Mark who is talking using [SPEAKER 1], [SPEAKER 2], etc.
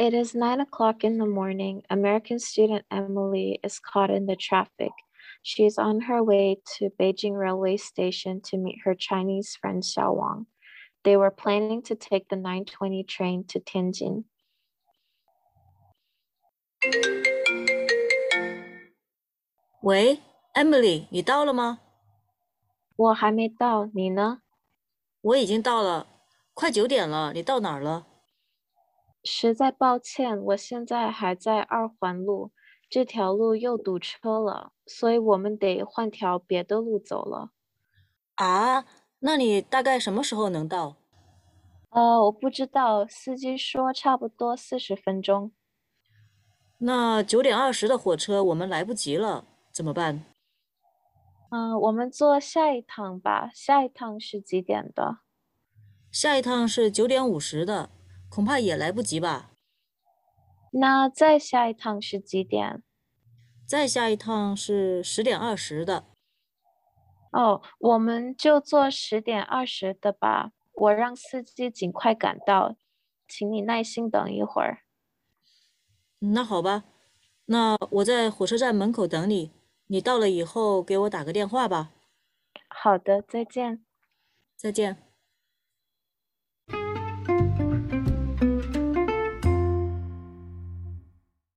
[SPEAKER 1] It is nine o'clock in the morning. American student Emily is caught in the traffic. She is on her way to Beijing Railway Station to meet her Chinese friend Xiao Wang. They were planning to take the 920 train to Tianjin.
[SPEAKER 2] 喂，Emily，你到了吗？
[SPEAKER 1] 我还没到，你呢？
[SPEAKER 2] 我已经到了，快九点了，你到哪儿了？
[SPEAKER 1] 实在抱歉，我现在还在二环路，这条路又堵车了，所以我们得换条别的路走了。
[SPEAKER 2] 啊，那你大概什么时候能到？
[SPEAKER 1] 呃，我不知道，司机说差不多四十分钟。
[SPEAKER 2] 那九点二十的火车我们来不及了，怎么办？
[SPEAKER 1] 嗯、我们坐下一趟吧。下一趟是几点的？
[SPEAKER 2] 下一趟是九点五十的，恐怕也来不及吧。
[SPEAKER 1] 那再下一趟是几点？
[SPEAKER 2] 再下一趟是十点二十的。
[SPEAKER 1] 哦，我们就坐十点二十的吧。我让司机尽快赶到，请你耐心等一会儿。
[SPEAKER 2] 那好吧，那我在火车站门口等你，你到了以后给我打个电话吧。
[SPEAKER 1] 好的，再见。
[SPEAKER 2] 再见。